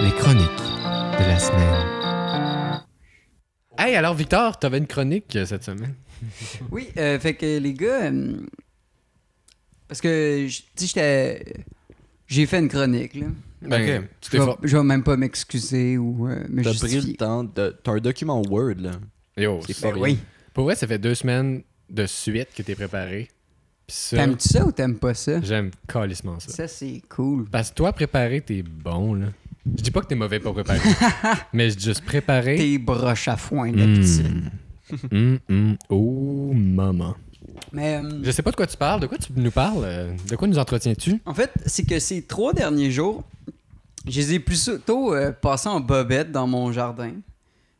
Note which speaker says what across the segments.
Speaker 1: les chroniques de la semaine. Hey, alors Victor, t'avais une chronique euh, cette semaine.
Speaker 2: Oui, euh, fait que les gars, euh, parce que je- tu sais, j'étais- j'ai fait une chronique. Là.
Speaker 1: Ben,
Speaker 3: Ok.
Speaker 1: tu
Speaker 2: Je
Speaker 1: t'es
Speaker 2: vais,
Speaker 1: fort.
Speaker 2: je vais même pas m'excuser ou euh, me
Speaker 3: T'as pris le
Speaker 2: justifier.
Speaker 3: temps de. T'as un document Word, là.
Speaker 1: Yo,
Speaker 3: C'est
Speaker 1: c'est-
Speaker 3: pas
Speaker 2: Ben
Speaker 3: rien.
Speaker 2: oui.
Speaker 1: Pour vrai, ça fait deux semaines de suite que t'es préparé. Pis ça,
Speaker 2: T'aimes-tu ça ou t'aimes pas ça?
Speaker 1: j'aime calissement ça.
Speaker 2: Ça, c'est cool.
Speaker 1: Parce que toi, préparé, t'es bon, là. Je dis pas que t'es mauvais pour préparer, mais je dis juste préparé.
Speaker 2: T'es broche à foin, le petit.
Speaker 1: Mm. Mm, mm. Oh, maman.
Speaker 2: Mais euh,
Speaker 1: Je sais pas de quoi tu parles. De quoi tu nous parles? euh, De quoi nous entretiens-tu?
Speaker 2: en fait, c'est que ces trois derniers jours, je les ai plutôt euh, passés en bobette dans mon jardin.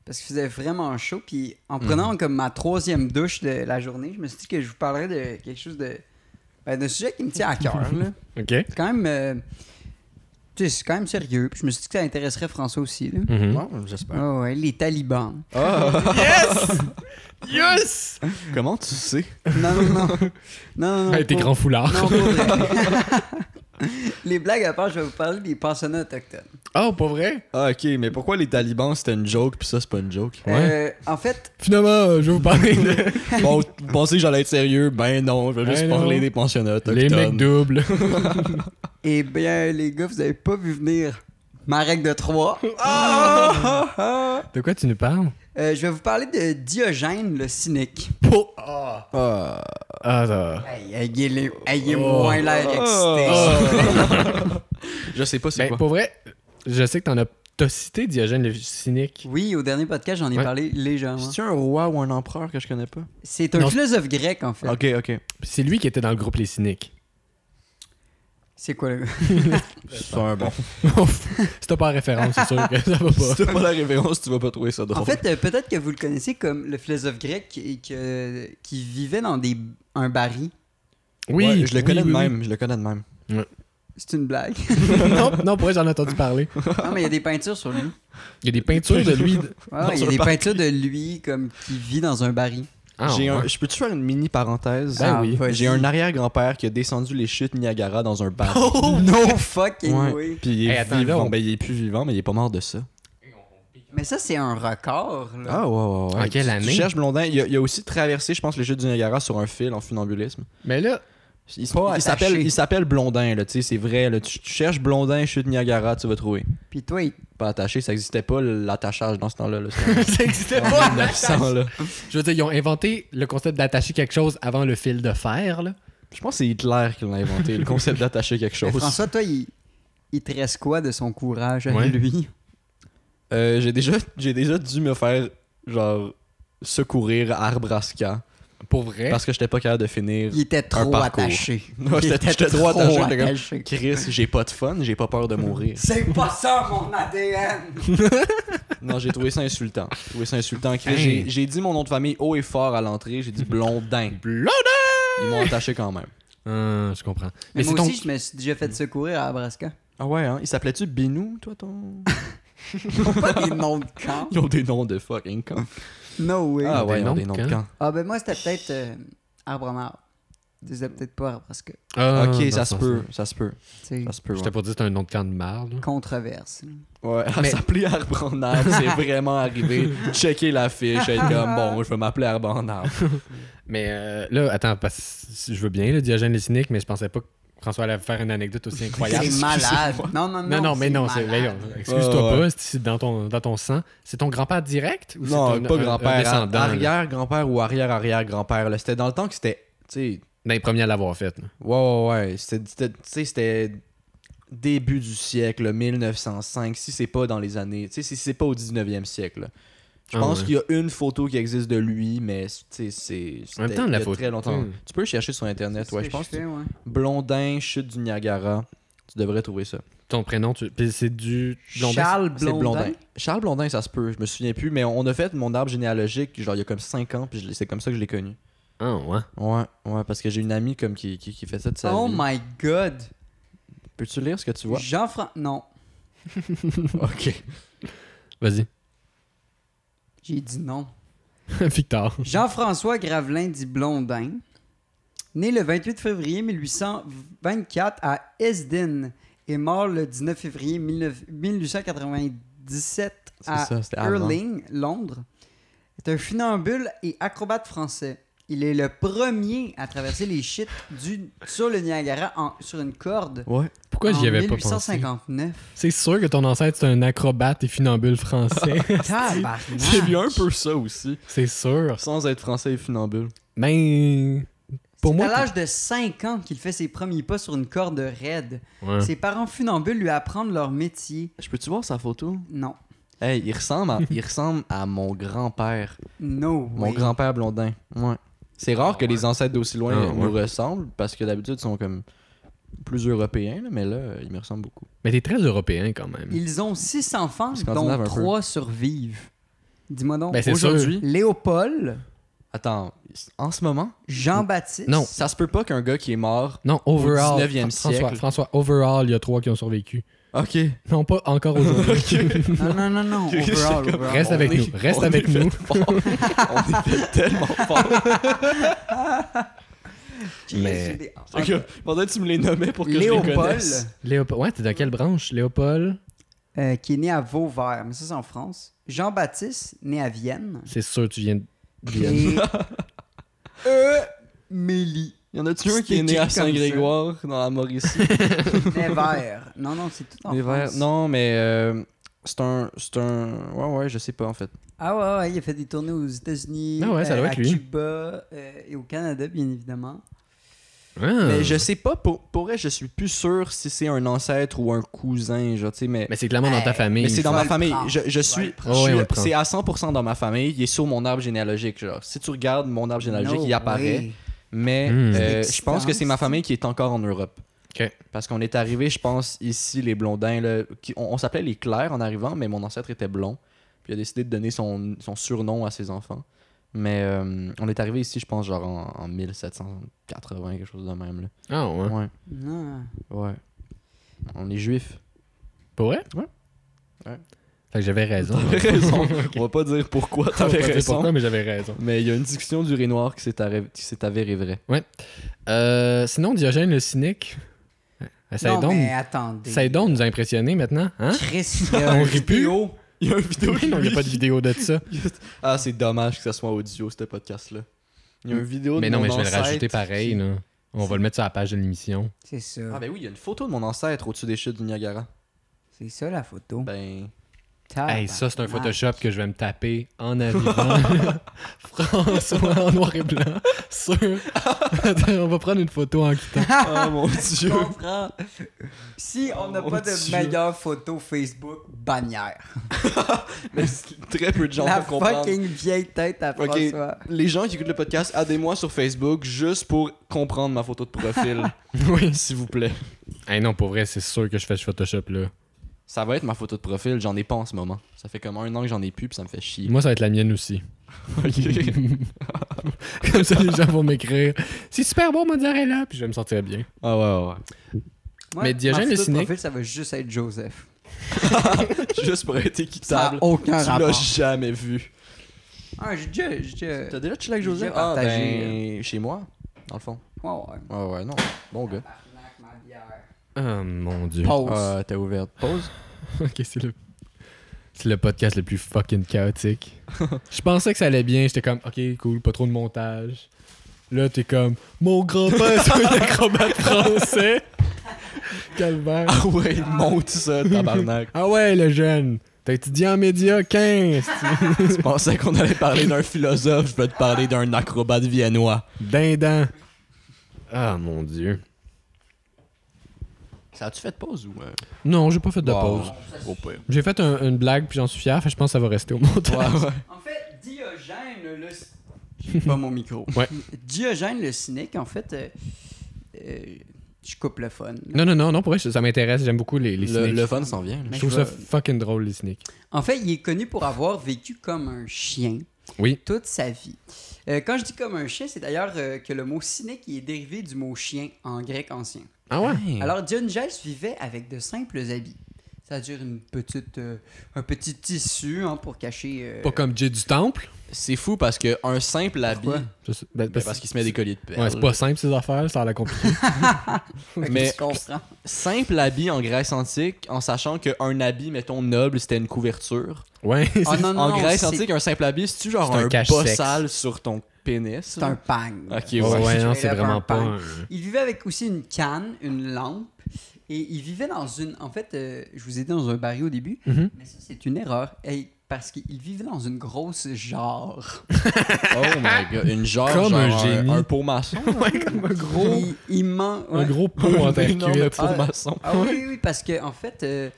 Speaker 2: Parce qu'il faisait vraiment chaud. Puis en
Speaker 1: Mhm.
Speaker 2: prenant comme ma troisième douche de la journée, je me suis dit que je vous parlerais de quelque chose de. ben, d'un sujet qui me tient à cœur, là.
Speaker 1: OK.
Speaker 2: C'est quand même. euh, tu sais, c'est quand même sérieux. Puis je me suis dit que ça intéresserait François aussi, là.
Speaker 1: Mhm.
Speaker 3: Bon, j'espère.
Speaker 2: Ah ouais, les talibans.
Speaker 1: Yes!
Speaker 3: Comment tu sais
Speaker 2: Non, non, non. Non, non, non.
Speaker 1: Hey, Ben, t'es
Speaker 2: pour-
Speaker 1: grand foulard.
Speaker 2: Oh, Non, pour vrai. Les blagues à part, je vais vous parler des pensionnats autochtones.
Speaker 1: Oh, pas vrai?
Speaker 3: Ah, ok, mais pourquoi les talibans c'était une joke, puis ça c'est pas une joke
Speaker 2: Euh, en fait,
Speaker 1: Finalement, euh, je vais vous parler de...
Speaker 3: Bon, vous pensez que j'allais être sérieux Ben non, je vais juste
Speaker 1: Ben non.
Speaker 3: parler des pensionnats autochtones.
Speaker 1: Les mecs doubles.
Speaker 2: eh bien, les gars, vous avez pas vu venir ma règle de 3.
Speaker 1: De quoi tu nous parles?
Speaker 2: Euh, je vais vous parler de Diogène le cynique.
Speaker 1: Ah,
Speaker 3: Ah.
Speaker 1: ah, ça.
Speaker 2: Hey, ayez les- ayez
Speaker 1: Oh.
Speaker 2: moins l'air excité.
Speaker 3: je sais pas c'est
Speaker 1: Ben,
Speaker 3: quoi.
Speaker 1: pour vrai, je sais que t'en as... T'as cité Diogène le cynique.
Speaker 2: Oui, au dernier podcast, j'en ai
Speaker 1: Ouais.
Speaker 2: parlé légèrement.
Speaker 3: C'est-tu un roi ou un empereur que je connais pas
Speaker 2: C'est un
Speaker 1: Non.
Speaker 2: philosophe grec, en fait.
Speaker 3: Ok, ok.
Speaker 1: C'est lui qui était dans le groupe Les Cyniques.
Speaker 2: C'est quoi le.
Speaker 3: C'est un bon.
Speaker 1: si t'as pas en référence, c'est sûr que ça va
Speaker 3: si
Speaker 1: pas.
Speaker 3: t'as pas la référence, tu vas pas trouver ça drôle.
Speaker 2: En fait, euh, peut-être que vous le connaissez comme le philosophe grec qui, que- qui vivait dans des, un baril.
Speaker 1: Oui,
Speaker 3: Ouais, je le
Speaker 1: oui,
Speaker 3: connais
Speaker 1: oui,
Speaker 3: de
Speaker 1: oui.
Speaker 3: même. Je le connais de même.
Speaker 2: C'est une blague.
Speaker 1: non, non, pour vrai, j'en ai entendu parler.
Speaker 2: non, mais il y a des peintures sur lui.
Speaker 1: Il y a des peintures de lui.
Speaker 2: Ouais, il y a
Speaker 3: un
Speaker 2: des
Speaker 3: baril.
Speaker 2: peintures de lui comme qui vit dans un baril.
Speaker 1: Ah,
Speaker 3: J'ai un-
Speaker 1: ouais.
Speaker 3: Je peux-tu faire une mini parenthèse
Speaker 1: Ben oui.
Speaker 2: vas-y.
Speaker 3: J'ai un arrière-grand-père qui a descendu les chutes Niagara dans un bar.
Speaker 2: No fucking
Speaker 3: Ouais.
Speaker 2: way.
Speaker 3: Puis il est
Speaker 1: Hey, attends, là,
Speaker 3: vivant.
Speaker 1: on-
Speaker 3: Ben, il est plus vivant, mais il est pas mort de ça.
Speaker 2: Mais ça, c'est un record. Là.
Speaker 3: Ah, ouais, ouais, ouais.
Speaker 1: En quelle
Speaker 3: Tu-
Speaker 1: année?
Speaker 3: Tu cherches Blondin. Il a, il a aussi traversé, je pense, les chutes du Niagara sur un fil en funambulisme.
Speaker 1: Mais là,
Speaker 3: Il, s-
Speaker 2: Pas
Speaker 3: il
Speaker 2: attaché.
Speaker 3: s'appelle, il s'appelle Blondin, là, tu sais, c'est vrai. Là, tu, tu cherches Blondin, chute Niagara, tu vas trouver.
Speaker 2: Puis toi, il-
Speaker 3: Pas attaché, ça existait pas l'attachage dans ce temps-là. là, c'était
Speaker 1: ça existait
Speaker 3: en 1900, là.
Speaker 1: Je veux dire, ils ont inventé le concept d'attacher quelque chose avant le fil de fer, là.
Speaker 3: Je pense que c'est Hitler qui l'a inventé, le concept d'attacher quelque
Speaker 2: mais
Speaker 3: chose.
Speaker 2: François, toi, il... il te reste quoi de son courage à
Speaker 1: Ouais.
Speaker 2: lui
Speaker 3: Euh, j'ai, déjà, j'ai déjà dû me faire, genre, secourir à Arbraska
Speaker 1: Pour vrai.
Speaker 3: parce que j'étais pas capable de finir.
Speaker 2: Il était trop
Speaker 3: parcours.
Speaker 2: attaché.
Speaker 3: Ouais,
Speaker 2: il
Speaker 3: j'étais-
Speaker 2: était
Speaker 3: j'étais trop attaché, j'étais comme-
Speaker 2: attaché.
Speaker 3: Chris, j'ai pas de fun, j'ai pas peur de mourir.
Speaker 2: C'est pas ça mon ADN.
Speaker 3: Non, j'ai trouvé ça insultant. J'ai trouvé ça insultant. Chris,
Speaker 1: Hey.
Speaker 3: j'ai, j'ai dit mon nom de famille haut et fort à l'entrée, j'ai dit Blondin.
Speaker 1: Blondin!
Speaker 3: Ils m'ont attaché quand même.
Speaker 1: Ah, je comprends.
Speaker 2: Mais,
Speaker 1: Mais, c'est
Speaker 2: moi
Speaker 1: ton...
Speaker 2: aussi, je me suis déjà fait secourir à Nebraska.
Speaker 3: Ah ouais, hein? Il s'appelait-tu Binou, toi, ton.
Speaker 2: Pas des noms de camp.
Speaker 3: Ils ont des noms de fucking camp.
Speaker 2: No way.
Speaker 3: Ah
Speaker 1: Des
Speaker 3: ouais, ils
Speaker 1: noms
Speaker 3: ont
Speaker 1: de
Speaker 3: des noms de
Speaker 1: camp.
Speaker 3: camp.
Speaker 2: Ah ben moi c'était peut-être euh, arbre en arbre. Je disais peut-être pas arbre parce que
Speaker 1: Ah, dans
Speaker 3: ok, ça
Speaker 1: ce
Speaker 3: se
Speaker 1: sens-là.
Speaker 3: peut, ça se peut,
Speaker 2: c'est
Speaker 3: ça se peut.
Speaker 1: J'étais
Speaker 3: Ouais,
Speaker 1: pour dire que c'est un nom de camp de marde.
Speaker 2: controverse.
Speaker 3: ouais à
Speaker 1: Mais-
Speaker 3: s'appeler Arbre en Arbre, c'est vraiment arrivé. Checker l'affiche, être comme bon, je vais m'appeler Arbre en Arbre.
Speaker 1: Mais euh, là, attends, parce que je veux bien, le Diogène le cynique, mais je pensais pas que François allait faire une anecdote aussi incroyable.
Speaker 2: C'est malade. Non non non.
Speaker 1: Non, non, mais
Speaker 2: c'est
Speaker 1: non, c'est
Speaker 2: malade.
Speaker 1: voyons, excuse-toi
Speaker 3: Ouais, ouais.
Speaker 1: pas, c'est dans ton, dans ton sang. C'est ton grand-père direct ou
Speaker 3: Non,
Speaker 1: c'est ton-
Speaker 3: pas
Speaker 1: un- un
Speaker 3: grand-père,
Speaker 1: descendant, là?
Speaker 3: arrière-grand-père ou arrière-arrière-grand-père. là. C'était dans le temps que c'était, tu sais,
Speaker 1: Dans les premiers à l'avoir fait. là.
Speaker 3: Ouais, ouais, ouais. C'était- c'était- Tu sais, c'était début du siècle, là, 1905, si c'est pas dans les années. Tu sais, si c'est pas au 19e siècle. là. Je
Speaker 1: Ah
Speaker 3: pense
Speaker 1: ouais.
Speaker 3: qu'il y a une photo qui existe de lui, mais tu sais, c'est.
Speaker 1: En même
Speaker 3: c'était
Speaker 1: temps,
Speaker 3: il y
Speaker 1: la
Speaker 3: a
Speaker 1: photo-
Speaker 3: très longtemps.
Speaker 1: Hmm.
Speaker 3: Tu peux le chercher sur Internet,
Speaker 2: C'est
Speaker 3: ouais.
Speaker 2: ce
Speaker 3: Je pense
Speaker 2: que
Speaker 3: que
Speaker 2: fais, ouais.
Speaker 3: Blondin, chute du Niagara. Tu devrais trouver ça.
Speaker 1: Ton prénom, tu... puis c'est du Blondin,
Speaker 2: Charles
Speaker 3: C'est
Speaker 2: Blondin.
Speaker 3: Blondin. Charles Blondin, ça se peut. Je me souviens plus, mais on a fait mon arbre généalogique, genre il y a comme 5 ans, puis je l'ai- c'est comme ça que je l'ai connu.
Speaker 1: Ah ouais.
Speaker 3: Ouais, ouais, parce que j'ai une amie comme qui, qui, qui fait ça de sa
Speaker 2: Oh
Speaker 3: vie.
Speaker 2: my god.
Speaker 3: Peux-tu lire ce que tu vois?
Speaker 2: Jean-François non,
Speaker 3: ok.
Speaker 1: Vas-y.
Speaker 2: j'ai dit non.
Speaker 1: Victor.
Speaker 2: Jean-François Gravelin dit Blondin. Né le 28 février 1824 à Esdin est mort le 19 février 19- 1897
Speaker 3: C'est
Speaker 2: à
Speaker 3: ça, c'était allemand.
Speaker 2: Erling, Londres, est un funambule et acrobate français. Il est le premier à traverser les chutes du, sur le Niagara en- sur une corde.
Speaker 3: Ouais.
Speaker 1: Pourquoi j'y
Speaker 2: en
Speaker 1: avais pas pensé?
Speaker 2: 1859.
Speaker 1: C'est sûr que ton ancêtre, c'est un acrobate et funambule français.
Speaker 2: Tabarnak.
Speaker 3: J'ai vu un peu ça aussi.
Speaker 1: c'est sûr.
Speaker 3: Sans être français et funambule.
Speaker 1: Mais. Pour
Speaker 2: C'est
Speaker 1: moi.
Speaker 2: à l'âge de 5 ans qu'il fait ses premiers pas sur une corde raide.
Speaker 3: Hein?
Speaker 1: Ouais.
Speaker 2: Ses parents funambules lui apprennent leur métier.
Speaker 3: Je peux-tu voir sa photo?
Speaker 2: Non.
Speaker 3: Hey, il ressemble à, il ressemble à mon grand-père.
Speaker 2: No.
Speaker 3: Mon
Speaker 2: way.
Speaker 3: grand-père blondin. Ouais. C'est rare
Speaker 1: Ah
Speaker 3: que
Speaker 1: ouais.
Speaker 3: les ancêtres d'aussi loin
Speaker 1: Ah
Speaker 3: nous
Speaker 1: ouais.
Speaker 3: ressemblent parce que d'habitude ils sont comme plus européens, là, mais là, euh, ils me ressemblent beaucoup.
Speaker 1: Mais t'es très européen quand même.
Speaker 2: Ils ont 6 enfants,
Speaker 3: Scandinave
Speaker 2: dont
Speaker 3: un peu.
Speaker 2: 3 survivent. Dis-moi donc.
Speaker 1: Ben, c'est sûr.
Speaker 3: Aujourd'hui,
Speaker 2: Léopold,
Speaker 3: attends, en ce moment,
Speaker 2: Jean-Baptiste.
Speaker 1: Non.
Speaker 3: ça se peut pas qu'un gars qui est mort.
Speaker 1: Non, overall.
Speaker 3: Au 19e
Speaker 1: François,
Speaker 3: siècle.
Speaker 1: François, overall, il y a trois qui ont survécu.
Speaker 3: Ok.
Speaker 1: Non, pas encore aujourd'hui.
Speaker 2: Non, non, non, non. Overall, overall.
Speaker 1: Reste
Speaker 3: On
Speaker 1: avec
Speaker 3: est-
Speaker 1: nous, reste
Speaker 3: on est
Speaker 1: avec
Speaker 3: fait
Speaker 1: nous.
Speaker 3: fort. on est fait tellement fort.
Speaker 2: J'ai-
Speaker 1: Mais-
Speaker 2: j'ai des-
Speaker 3: Fait que, Pendant que tu me les nommais pour que je les
Speaker 2: Léopold,
Speaker 3: connaisse.
Speaker 1: Léopold. Ouais, t'es dans quelle branche Léopold
Speaker 2: euh, qui est né à Vauvert, mais ça c'est en France. Jean-Baptiste, né à Vienne.
Speaker 1: C'est sûr, tu viens de.
Speaker 2: Et
Speaker 3: Mélie. Y en a-tu un qui est
Speaker 2: C'est
Speaker 3: né à
Speaker 2: écrit comme
Speaker 3: Saint-Grégoire, dans la Mauricie?
Speaker 2: Nevers. Non, non, c'est tout en
Speaker 3: Les
Speaker 2: France.
Speaker 3: verts. Non, mais euh, c'est un, c'est un. Ouais, ouais, je sais pas en fait.
Speaker 2: Ah ouais, ouais, il a fait des tournées aux États-Unis,
Speaker 1: Ah ouais, ça
Speaker 2: euh,
Speaker 1: doit
Speaker 2: à
Speaker 1: être lui.
Speaker 2: Cuba euh, et au Canada, bien évidemment.
Speaker 1: Ah.
Speaker 3: Mais je sais pas, pour, pour elle, je suis plus sûr si c'est un ancêtre ou un cousin, genre, tu sais, mais.
Speaker 1: Ah! Mais c'est clairement dans ta famille.
Speaker 3: Euh, Mais c'est dans
Speaker 2: faut
Speaker 3: ma
Speaker 2: le
Speaker 3: famille.
Speaker 2: prendre.
Speaker 3: Je, je
Speaker 2: Ouais,
Speaker 3: suis.
Speaker 1: prends.
Speaker 3: je suis-
Speaker 1: Ouais, on le prend.
Speaker 3: c'est à 100% dans ma famille. Il est sur mon arbre généalogique. Genre. Si tu regardes mon arbre généalogique,
Speaker 2: No
Speaker 3: il apparaît.
Speaker 2: way.
Speaker 3: Mais
Speaker 1: Hmm.
Speaker 3: euh,
Speaker 2: C'est
Speaker 3: je pense que c'est ma
Speaker 2: excitant,
Speaker 3: famille qui est encore en Europe.
Speaker 1: Ok.
Speaker 3: Parce qu'on est arrivé, je pense, ici, les blondins. là, qui- on on s'appelait les Claires en arrivant, mais mon ancêtre était blond. Puis il a décidé de donner son, son surnom à ses enfants. Mais euh, on est arrivé ici, je pense, genre en, en 1780, quelque chose de même. là.
Speaker 1: Ah ouais.
Speaker 3: Ouais.
Speaker 2: Non.
Speaker 3: Ouais. On est juifs.
Speaker 1: Pour vrai
Speaker 3: Ouais. Ouais.
Speaker 1: Fait que j'avais raison.
Speaker 3: raison. On va pas dire pourquoi
Speaker 1: On va
Speaker 3: t'avais
Speaker 1: pas dire
Speaker 3: raison.
Speaker 1: pourquoi, mais j'avais raison.
Speaker 3: Mais il y a une discussion du Ré Noir qui s'est arrêt- qui s'est avérée vraie.
Speaker 1: Euh, sinon, Diogène le cynique. Essaye
Speaker 2: Non, mais
Speaker 1: donc.
Speaker 2: attendez.
Speaker 1: Essaye donc de nous impressionner maintenant. Hein
Speaker 2: Chris,
Speaker 1: On
Speaker 2: euh,
Speaker 1: rit plus.
Speaker 3: Il y a une vidéo
Speaker 1: Mais non, il n'y a pas de vidéo de ça.
Speaker 3: Ah, c'est dommage que ça soit audio, ce podcast-là. Il y a une vidéo
Speaker 1: Mais
Speaker 3: de
Speaker 1: non,
Speaker 3: mon
Speaker 1: mais je vais le
Speaker 3: ancêtre
Speaker 1: rajouter pareil.
Speaker 3: qui-
Speaker 1: là. On va le mettre sur la page de l'émission.
Speaker 2: c'est ça.
Speaker 3: Ah, ben oui, il y a une photo de mon ancêtre au-dessus des chutes du Niagara.
Speaker 2: C'est ça la photo.
Speaker 3: Ben.
Speaker 1: Hey, ça, c'est un
Speaker 2: Tabarnak.
Speaker 1: Photoshop que je vais me taper en arrivant. François en noir et blanc. Sur... Attends, on va prendre une photo en quittant.
Speaker 3: Ah, mon
Speaker 2: Je
Speaker 3: dieu.
Speaker 2: comprends. Si on n'a
Speaker 3: Oh
Speaker 2: pas
Speaker 3: mon
Speaker 2: de
Speaker 3: Dieu.
Speaker 2: meilleure photo Facebook, bannière.
Speaker 3: Mais c'est très peu de gens
Speaker 2: la
Speaker 3: vont comprendre.
Speaker 2: fucking vieille tête à
Speaker 3: Ok,
Speaker 2: François.
Speaker 3: les gens qui écoutent le podcast, aidez-moi sur Facebook juste pour comprendre ma photo de profil,
Speaker 1: oui.
Speaker 3: s'il vous plaît.
Speaker 1: Hey, non, pour vrai, c'est sûr que je fais ce Photoshop là.
Speaker 3: Ça va être ma photo de profil, j'en ai pas en ce moment. Ça fait comme un an que j'en ai plus, puis ça me fait chier.
Speaker 1: Moi, ça va être la mienne aussi.
Speaker 3: Ok.
Speaker 1: Comme ça, les gens vont m'écrire. C'est super bon, mozzarella. Puis je vais me sentir bien.
Speaker 3: Ah ouais, ouais,
Speaker 2: Moi,
Speaker 1: mais
Speaker 2: ma
Speaker 1: Diogène
Speaker 2: photo
Speaker 1: le
Speaker 2: de
Speaker 1: cynique-
Speaker 2: profil, ça va juste être Joseph.
Speaker 3: ouais. Juste pour être
Speaker 2: Ça
Speaker 3: équitable.
Speaker 2: n'a aucun
Speaker 3: tu l'as
Speaker 2: rapport.
Speaker 3: jamais vu.
Speaker 2: Ah, j'ai déjà... j'ai déjà-
Speaker 3: T'as déjà chillé avec Joseph?
Speaker 2: J'ai
Speaker 3: Ah,
Speaker 2: partagé,
Speaker 3: ben, chez moi, dans le fond.
Speaker 2: Ouais, ouais.
Speaker 3: Ouais, ouais, non. Bon gars.
Speaker 2: Tabarnak, ma bière.
Speaker 1: Oh mon dieu.
Speaker 2: Pause.
Speaker 3: Ah, t'as ouvert. Pause?
Speaker 1: Ok, c'est le... c'est le podcast le plus fucking chaotique. je pensais que ça allait bien. J'étais comme, ok, cool, pas trop de montage. Là, t'es comme, mon grand-père, c'est un acrobate français. Calvaire.
Speaker 3: Ah ouais, il monte ça, tabarnak.
Speaker 1: Ah ouais, le jeune. T'as étudié en média 15.
Speaker 3: tu pensais qu'on allait parler d'un philosophe, je vais te parler d'un acrobate viennois.
Speaker 1: Dindan. Ah mon dieu.
Speaker 3: Ça a-tu fait de pause ou... euh,
Speaker 1: Non, j'ai pas fait de
Speaker 3: wow.
Speaker 1: pause.
Speaker 3: Au pire.
Speaker 1: J'ai fait un- une blague, puis j'en suis fier. fait que je pense que ça va rester au montage.
Speaker 3: Ouais, ouais.
Speaker 2: En fait, Diogène le... J'ai pas mon micro.
Speaker 1: Ouais.
Speaker 2: Diogène le cynique, en fait, euh, euh, je coupe le fun.
Speaker 1: Non, non, non, non, pour vrai, ça ça m'intéresse. J'aime beaucoup les, les
Speaker 3: Le,
Speaker 1: cyniques.
Speaker 3: le fun s'en vient. là.
Speaker 1: Je
Speaker 2: Mais
Speaker 1: trouve
Speaker 2: je
Speaker 1: ça
Speaker 2: vais-
Speaker 1: fucking drôle, les cyniques.
Speaker 2: En fait, il est connu pour avoir vécu comme un chien
Speaker 1: Oui.
Speaker 2: toute sa vie. Euh, quand je dis comme un chien, c'est d'ailleurs euh, que le mot cynique il est dérivé du mot chien en grec ancien.
Speaker 1: Ah ouais?
Speaker 3: Hey.
Speaker 2: Alors Dionysos vivait avec de simples habits. Ça dure une petite, euh, un petit tissu hein, pour cacher. euh,
Speaker 1: Pas comme Jay du Temple.
Speaker 3: C'est fou parce que un simple habit.
Speaker 2: Pourquoi?
Speaker 1: Je sais- ben,
Speaker 3: ben, parce qu'il se met des colliers de perles.
Speaker 1: Ouais, c'est pas simple ces affaires, ça a l'air compliqué.
Speaker 2: fait que
Speaker 3: mais-
Speaker 2: tu comprends.
Speaker 3: Simple habit en Grèce antique, en sachant qu'un habit, mettons, noble, c'était une couverture.
Speaker 1: Ouais. c'est-
Speaker 2: Ah, non, non,
Speaker 3: en
Speaker 2: non,
Speaker 3: Grèce
Speaker 2: c'est-
Speaker 3: antique, un simple habit, c'est-tu genre
Speaker 1: C'est un
Speaker 3: un,
Speaker 1: cache-sexe.
Speaker 3: bas sale sur ton pénis?
Speaker 2: C'est un pang.
Speaker 3: Ok,
Speaker 1: Ouais,
Speaker 3: ouais.
Speaker 1: ouais, non,
Speaker 2: Je
Speaker 1: c'est
Speaker 2: vais
Speaker 1: vraiment
Speaker 2: faire
Speaker 1: pas.
Speaker 2: un
Speaker 1: un-
Speaker 2: Il vivait avec aussi une canne, une lampe, et il vivait dans une. En fait, euh, je vous ai dit dans un baril au début,
Speaker 1: Mhm.
Speaker 2: mais ça, c'est une erreur. Et- parce qu'il vivait dans une grosse jarre.
Speaker 3: Oh my god, une genre,
Speaker 1: Comme
Speaker 3: genre
Speaker 1: un
Speaker 3: un,
Speaker 1: génie.
Speaker 3: un pot maçon.
Speaker 2: un gros. Immense.
Speaker 1: Un gros pot en terre
Speaker 3: énorme
Speaker 1: cuite.
Speaker 3: pot
Speaker 2: Ah.
Speaker 3: maçon.
Speaker 2: Ah oui, oui, parce que en fait, euh,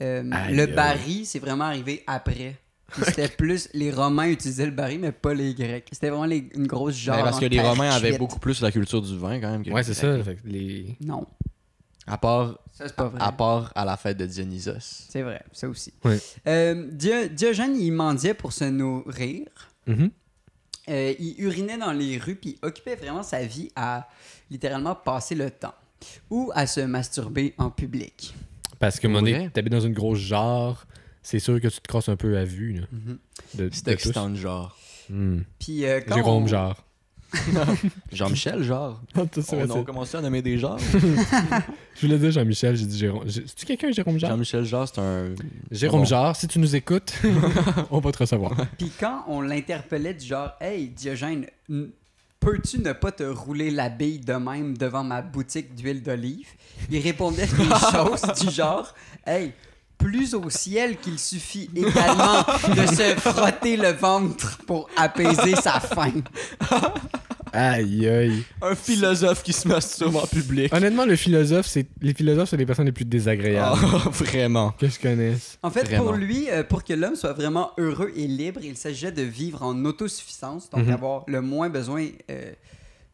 Speaker 2: euh,
Speaker 1: Aïe,
Speaker 2: le
Speaker 1: aïe.
Speaker 2: baril, c'est vraiment arrivé après. Puis C'était plus les Romains utilisaient le baril, mais pas les Grecs. C'était vraiment les- une grosse jarre.
Speaker 3: Ben, parce que
Speaker 2: en
Speaker 3: les
Speaker 2: terre
Speaker 3: Romains avaient
Speaker 2: cuite.
Speaker 3: beaucoup plus la culture du vin quand même. que-
Speaker 1: Ouais, c'est ça. fait que les-
Speaker 2: Non,
Speaker 3: À part,
Speaker 2: ça c'est pas vrai.
Speaker 3: à part à la fête de Dionysos.
Speaker 2: C'est vrai, ça aussi.
Speaker 1: Ouais.
Speaker 2: Euh, Dio- Diogène, il mendiait pour se nourrir.
Speaker 1: Mhm.
Speaker 2: Euh, il urinait dans les rues, puis il occupait vraiment sa vie à littéralement passer le temps ou à se masturber en public.
Speaker 1: Parce que, mon
Speaker 3: Ouais.
Speaker 1: nez, t'habites dans une grosse genre, c'est sûr que tu te crosses un peu à vue. Là,
Speaker 2: Mhm.
Speaker 1: de,
Speaker 3: C'est
Speaker 1: de
Speaker 3: excitant de genre.
Speaker 1: tous. Hmm.
Speaker 2: Puis euh, quand
Speaker 1: Jérôme,
Speaker 2: on-
Speaker 1: genre.
Speaker 3: Jean-Michel, genre. On a commencé à nommer des genres.
Speaker 1: Je voulais dire Jean-Michel, j'ai dit Jérôme. J- C'est-tu quelqu'un, Jérôme Jarre?
Speaker 3: Jean-Michel, genre, c'est un.
Speaker 1: Jérôme
Speaker 3: Bon.
Speaker 1: Jarre, si tu nous écoutes, on va te recevoir.
Speaker 2: Puis quand on l'interpellait du genre Hey Diogène, n- peux-tu ne pas te rouler la bille de même devant ma boutique d'huile d'olive Il répondait des choses du genre Hey, plus au ciel qu'il suffit également de se frotter le ventre pour apaiser sa faim.
Speaker 1: Aïe, aïe.
Speaker 3: Un philosophe qui se masturbe en public.
Speaker 1: Honnêtement, le philosophe, c'est... les philosophes, c'est les personnes les plus désagréables
Speaker 3: Ah, vraiment.
Speaker 1: que je connaisse.
Speaker 2: En fait,
Speaker 3: Vraiment.
Speaker 2: pour lui, euh, pour que l'homme soit vraiment heureux et libre, il s'agit de vivre en autosuffisance, donc
Speaker 1: Mhm.
Speaker 2: avoir le moins besoin euh,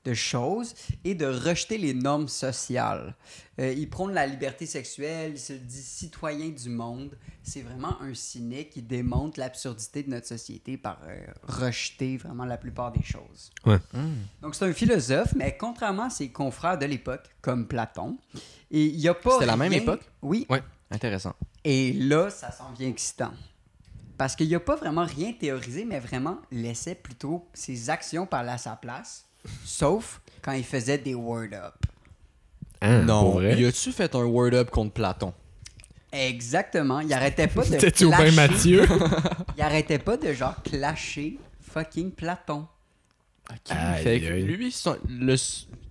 Speaker 2: de choses et de rejeter les normes sociales. Euh, il prône la liberté sexuelle, il se dit citoyen du monde. C'est vraiment un cynique qui démontre l'absurdité de notre société par euh, rejeter vraiment la plupart des choses.
Speaker 3: Hmm.
Speaker 2: Donc c'est un philosophe, mais contrairement à ses confrères de l'époque, comme Platon, et il y a pas
Speaker 3: C'était la même
Speaker 2: rien-
Speaker 3: époque?
Speaker 2: Oui,
Speaker 3: Intéressant.
Speaker 2: et là, ça s'en vient excitant. Parce qu'il n'y a pas vraiment rien théorisé, mais vraiment laissait plutôt ses actions parler à sa place, sauf quand il faisait des word-up.
Speaker 1: Hein, pour
Speaker 3: Non.
Speaker 1: vrai.
Speaker 3: Y a-tu fait un word-up contre Platon
Speaker 2: Exactement, il arrêtait pas de
Speaker 1: T'es-tu au bain
Speaker 2: clasher-
Speaker 1: Mathieu?
Speaker 2: Il arrêtait pas de genre clasher fucking Platon.
Speaker 1: Aïe,
Speaker 3: Ah, Fait que
Speaker 1: aïe.
Speaker 3: lui, son- le-